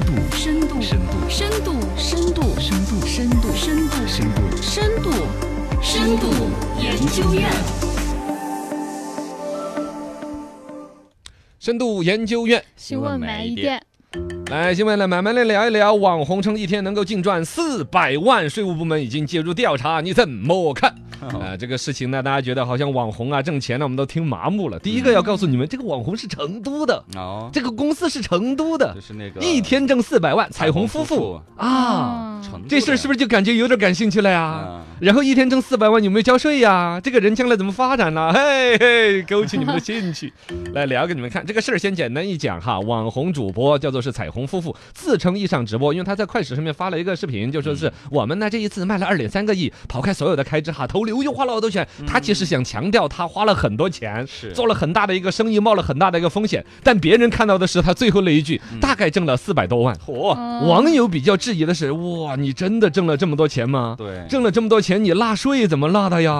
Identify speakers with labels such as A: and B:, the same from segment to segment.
A: 度，
B: 深度，
A: 深度，深度，
B: 深度，
A: 深度，深度，
B: 深度，
A: 深度，深度研究院。
B: 深度研究院。
C: 新闻买一点，
B: 来，新闻来，慢慢来聊一聊，网红称一天能够净赚四百万，税务部门已经介入调查，你怎么 看？啊、这个事情呢，大家觉得好像网红啊挣钱呢，我们都听麻木了。第一个要告诉你们，这个网红是成都的，
D: 哦，
B: 这个公司是成都的
D: 就，是那个
B: 一天挣四百万，彩虹夫妇啊，
C: 嗯
D: 成
B: 这事儿是不
D: 是？
B: 是就感觉有点感兴趣了呀？
D: 啊，
B: 然后一天挣四百万，有没有交税呀、这个人将来怎么发展呢、 嘿嘿，勾起你们的兴趣， 来聊给你们看。这个事儿先简单一讲哈，网红主播叫做是彩虹夫妇，自称一场直播，因为他在快手上面发了一个视频，就说是、我们呢这一次卖了二点三个亿，刨开所有的开支哈，投流又花了好多钱。他其实想强调他花了很多钱，
D: 是
B: 做了很大的一个生意，冒了很大的一个风险，但别人看到的是他最后那一句，大概挣了四百多万。嚯
C: 嗯
B: 网友比较质疑的是，哇，你真的挣了这么多钱吗？
D: 对，
B: 挣了这么多钱，你纳税怎么纳的 呀？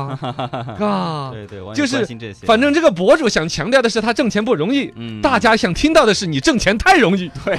B: 啊，
D: 对对，网友
B: 就是
D: 关心这些，
B: 反正这个博主想强调的是他挣钱不容易，
D: 嗯
B: 大家想听到的是你挣钱太 容易，对，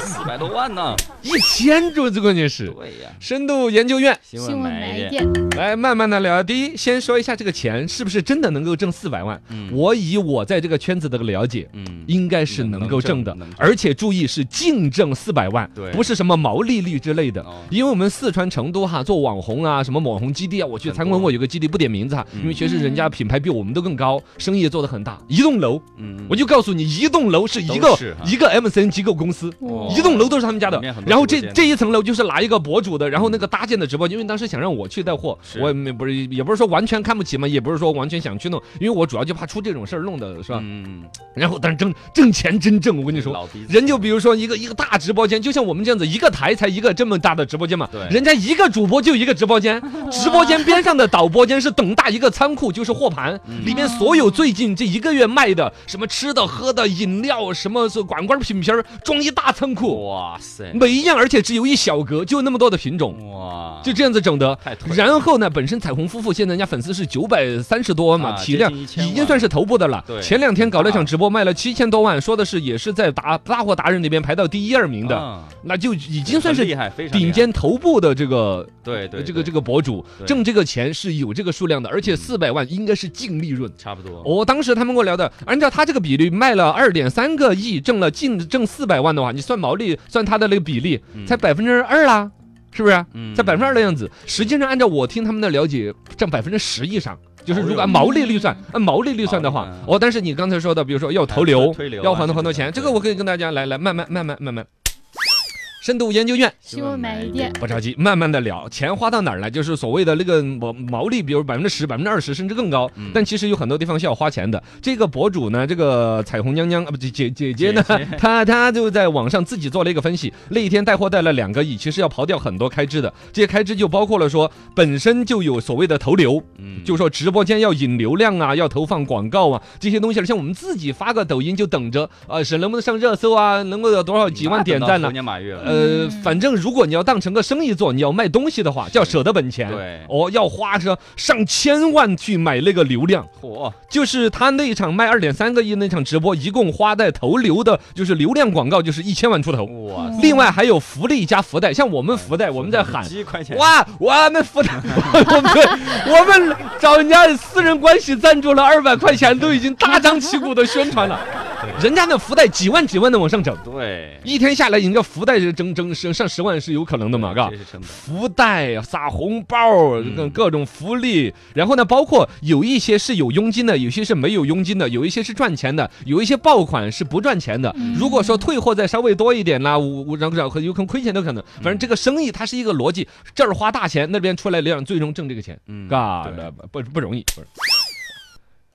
D: 四百多万呢，
B: 一千多，这关键 是。
D: 对呀，
B: 深度研究院
D: 新
C: 新闻买一
D: 一点，
C: 点，
B: 来慢慢的聊。第一，先说一下这个钱是不是真的能够挣四百万？
D: 嗯
B: 我以我在这个圈子的了解，
D: 嗯，
B: 应该是能够挣的
D: 能挣能，挣
B: 而且注意是净挣四百万，
D: 对
B: 不是什么毛利率之类的
D: 哦。
B: 因为我们四川成都哈做网红啊，什么网红基地啊，我去参观过有个基地，不点名字哈，
D: 嗯
B: 因为确实人家品牌比我们都更高，生意也做得很大。一栋楼，
D: 嗯，
B: 我就告诉你，一栋楼是一个
D: 都是哈
B: 一个 MCN 机构公司。
C: 哦
B: 一栋楼都是他们家的
D: 里面很，多
B: 然后
D: 直
B: 这
D: 播间
B: 这一层楼就是哪一个博主的，然后那个搭建的直播间，因为当时想让我去带货，
D: 是
B: 我也没不是也不是说完全看不起嘛，也不是说完全想去弄，因为我主要就怕出这种事儿弄的是吧？
D: 嗯，
B: 然后但是挣挣钱真挣，我跟你说，
D: 老鼻子
B: 人就比如说一个一个大直播间，就像我们这样子，一个台才一个这么大的直播间嘛。
D: 对
B: 人家一个主播就一个直 播间，直播间边上的导播间是等大一个仓库，就是货盘，
D: 嗯
B: 里面所有最近这一个月卖的什么吃的、喝的、饮料，什么是管罐品瓶儿，装一大仓库，
D: 哇塞，
B: 每一样而且只有一小格，就那么多的品
D: 嗯
B: 种。
D: 哇，
B: 就这样子整的
D: 太腿，了
B: 然后呢，本身彩虹夫妇现在人家粉丝是九百三十多万嘛，
D: 啊
B: 体量
D: 接近
B: 已
D: 1000万
B: 经算是头部的了。
D: 对
B: 前两天搞了一场直播，卖了七千多万，说的是也是在达大货达人里边排到第一二名的，
D: 啊
B: 那就已经
D: 很
B: 算是
D: 厉害，非常厉
B: 顶
D: 害，
B: 尖头部的这个
D: 对对，
B: 这个这
D: 个
B: 个博主，
D: 对嗯
B: 挣这个钱是有这个数量的，而且四百万应该是净利润。
D: 差不多，
B: 我、当时他们跟我聊的，按照他这个比率卖了二点三个亿，挣了净挣四百万的话，你算毛利，算他的那个比例，
D: 嗯
B: 才百分之二啦，是啊不是？
D: 嗯
B: 在百分之二的样子。实际上，按照我听他们的了解，占百分之十以上。就是如果按毛利率算，按毛利率算的
D: 毛
B: 话
D: 利率，
B: 哦，但是你刚才说的，比如说哎要投
D: 还有
B: 流
D: 推推流，啊
B: 要还很多钱，
D: 这
B: 这
D: 个
B: 个我可以跟大家来来慢慢慢慢慢慢。深度研究院
C: 新闻买一点，
B: 不着急，慢慢的聊，钱花到哪儿来？就是所谓的那个毛毛利，比如百分之十、百分之二十，甚至更高。
D: 嗯
B: 但其实有很多地方是要花钱的。这个博主呢，这个彩虹娘娘啊，不姐姐姐姐呢，
D: 姐
B: 她她就在网上自己做了一个分析，那一天带货带了两个亿，其实要刨掉很多开支的。这些开支就包括了说，本身就有所谓的投流，
D: 嗯
B: 就说直播间要引流量啊，要投放广告啊，这些东西，像我们自己发个抖音就等着，呃，是能不能上热搜啊，能够有多少几万点赞呢、
D: 呢，猴年马月了，
B: 呃
C: 嗯，
B: 反正如果你要当成个生意做，你要卖东西的话，就要舍得本钱。
D: 对
B: 哦，要花上上千万去买那个流量。
D: 嚯，
B: 就是他那一场卖二点三个亿那场直播，一共花在投流的，就是流量广告，就是一千万出头。
D: 哇塞，
B: 另外还有福利加福袋，像我们福袋，我们在喊。
D: 几块钱，
B: 嗯哇，我们福袋， 我们我们找人家私人关系赞助了二百块钱，都已经大张旗鼓的宣传了，人家那福袋几万几万的往上整。
D: 对，
B: 一天下来，人家福袋是整整上上十万是有可能的嘛，嘎
D: 这。是成本，
B: 福袋、啊撒红包，各各种福利，然后呢，包括有一些是有佣金的，有些是没有佣金的，有一些是赚钱的，有一些爆款是不赚钱的。
D: 嗯
B: 如果说退货再稍微多一点啦，我我然后然后有可能亏钱都可能。反正这个生意它是一个逻辑，这儿花大钱，那边出来量，最终挣这个钱，
D: 嗯
B: 嘎，
D: 对
B: 不不容易。不是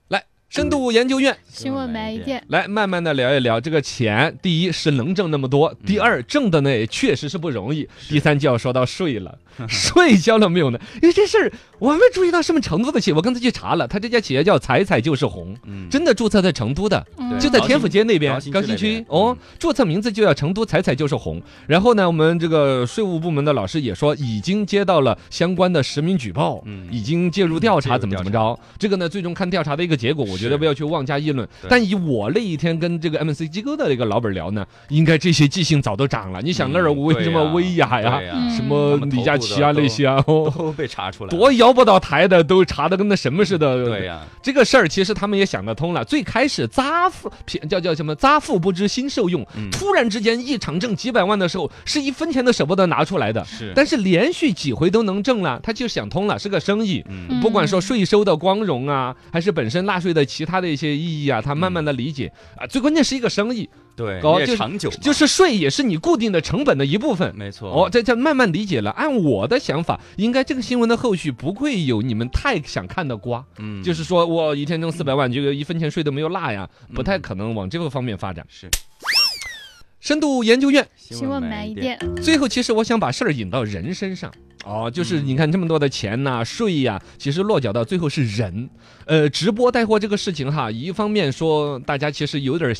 B: 来，深度研究院
C: 新闻买一点，
B: 来慢慢的聊一聊这个钱。第一是能挣那么多，第二挣的呢也确实是不容易，第三就要说到税了，税交了没有呢？因为这事儿我还没注意到什么程度的企业，我刚才去查了，他这家企业叫彩彩就是红，
D: 嗯，
B: 真的注册在成都的。
C: 嗯
B: 就在天府街那边
D: 高，新
B: 高
D: 高
B: 新
D: 新
B: 区
D: 区嗯
B: 哦，注册名字就叫成都彩彩就是红。然后呢，我们这个税务部门的老师也说，已经接到了相关的实名举报，
D: 嗯
B: 已经介入调
D: 介
B: 查，
D: 入
B: 怎么
D: 调
B: 怎么着。这个呢，最终看调查的一个结果，我觉得不要去妄加议论
D: 对。
B: 但以我那一天跟这个 MC 机构的一个老板聊呢，应该这些记性早都长了。你想那儿
D: 嗯
B: 无
D: 对
B: 什么
D: 呀
B: 薇娅呀
D: 对，
C: 嗯
B: 什么
D: 他们
B: 李佳
D: 头部的
B: 琦啊
D: 都
B: 那些啊，哦
D: 都被查出来了。
B: 多摇不倒台的都查的跟那什么似的。
D: 对呀，
B: 这个事儿其实他们也想得通了。最开始扎富贫叫叫什么扎富不知新受用，
D: 嗯
B: 突然之间一场挣几百万的时候，是一分钱都舍不得拿出来的。
D: 是，
B: 但是连续几回都能挣了，他就想通了，是个生意。
D: 嗯
B: 不管说税收的光荣啊，还是本身纳税的其他的一些意义啊，他慢慢的理解啊，最关键是一个生意，
D: 对，你
B: 搞就
D: 也
B: 是
D: 长久嘛
B: 就是税也是你固定的成本的一部分。
D: 没错
B: 哦，这这慢慢理解了。按我的想法，应该这个新闻的后续不会有你们太想看的瓜，
D: 嗯
B: 就是说我一天挣四百万，这个一分钱税都没有落呀，不太
D: 嗯
B: 可能往这个方面发展。
D: 是
B: 深度研究院
C: 新闻买一
D: 点，
C: 点，
B: 最后，其实我想把事儿引到人身上。哦，就是
D: 嗯
B: 你看这么多的钱呐、税呀、其实落脚到最后是人。呃，直播带货这个事情哈，一方面说大家其实有点儿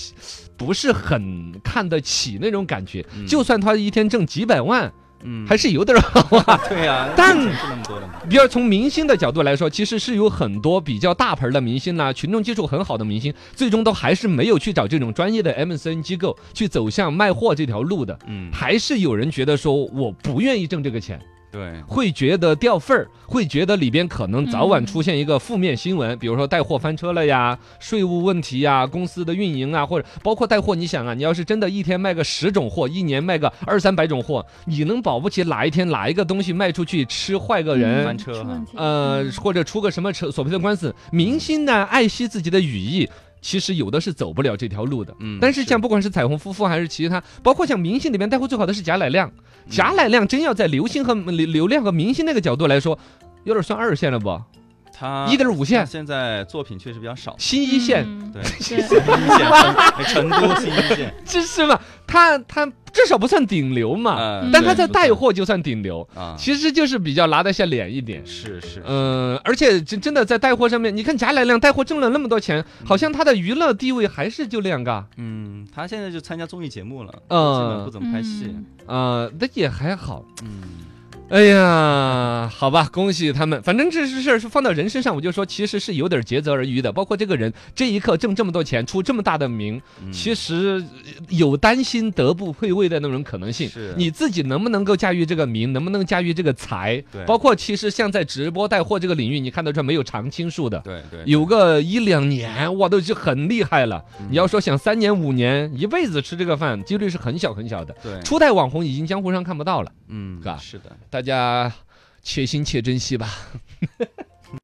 B: 不是很看得起那种感觉，
D: 嗯
B: 就算他一天挣几百万，
D: 嗯，
B: 还是有点儿
D: 对呀，
B: 但
D: 这是那么多的嘛，
B: 你要从明星的角度来说，其实是有很多比较大牌儿的明星呐、群众基础很好的明星，最终都还是没有去找这种专业的 MCN 机构去走向卖货这条路的，
D: 嗯，
B: 还是有人觉得说我不愿意挣这个钱，
D: 对，
B: 会觉得掉份儿，会觉得里边可能早晚出现一个负面新闻，比如说带货翻车了呀，税务问题呀，公司的运营啊，或者包括带货，你想啊，你要是真的一天卖个十种货，一年卖个二三百种货，你能保不齐哪一天哪一个东西卖出去吃坏个人？
D: 翻车
C: 出问题
B: 呃，
C: 嗯
B: 或者出个什么扯索赔的官司，明星呢爱惜自己的羽翼。其实有的是走不了这条路的，
D: 嗯
B: 但是
D: 是
B: 像不管是彩虹夫妇还是其他，包括像明星里面带货最好的是贾乃亮，
D: 嗯
B: 贾乃亮真要在流行和嗯流流量和明星那个角度来说，有点算二线了不？
D: 他
B: 一点五线
D: 他、现在作品确实比较 少，
B: 新一线，
C: 嗯
D: 对，
C: 对
D: 新一线，成成都新一线，
B: 这是嘛？他他至少不算顶流嘛，
D: 呃
C: 嗯
B: 啊但他在
D: 对
B: 带货就算顶流，
D: 啊，
B: 其实就是比较拿得下脸一点。
D: 是是，
B: 嗯，而且真真的在带货上面，你看贾乃亮带货挣了那么多钱，好像他的娱乐地位还是就那样嘎。
D: 嗯，他现在就参加综艺节目了，
B: 嗯
D: 基本不怎么拍戏，
B: 啊，那也还好。
D: 嗯，
B: 哎呀，好吧，恭喜他们。反正这事儿是放到人身上，我就说其实是有点竭泽而渔的。包括这个人这一刻挣这么多钱，出这么大的名，
D: 嗯
B: 其实呃有担心德不配位的那种可能性。
D: 是
B: 你自己能不能够驾驭这个名，能不能驾驭这个财？
D: 对
B: 包括其实像在直播带货这个领域，你看得出来没有常青树的。
D: 对对，
B: 有个一两年，哇，都是很厉害了。你要说想三年五年一辈子吃这个饭，几率是很小很小的。
D: 对，
B: 初代网红已经江湖上看不到了。
D: 嗯
B: 是吧，
D: 是的，
B: 大家且行且珍惜吧。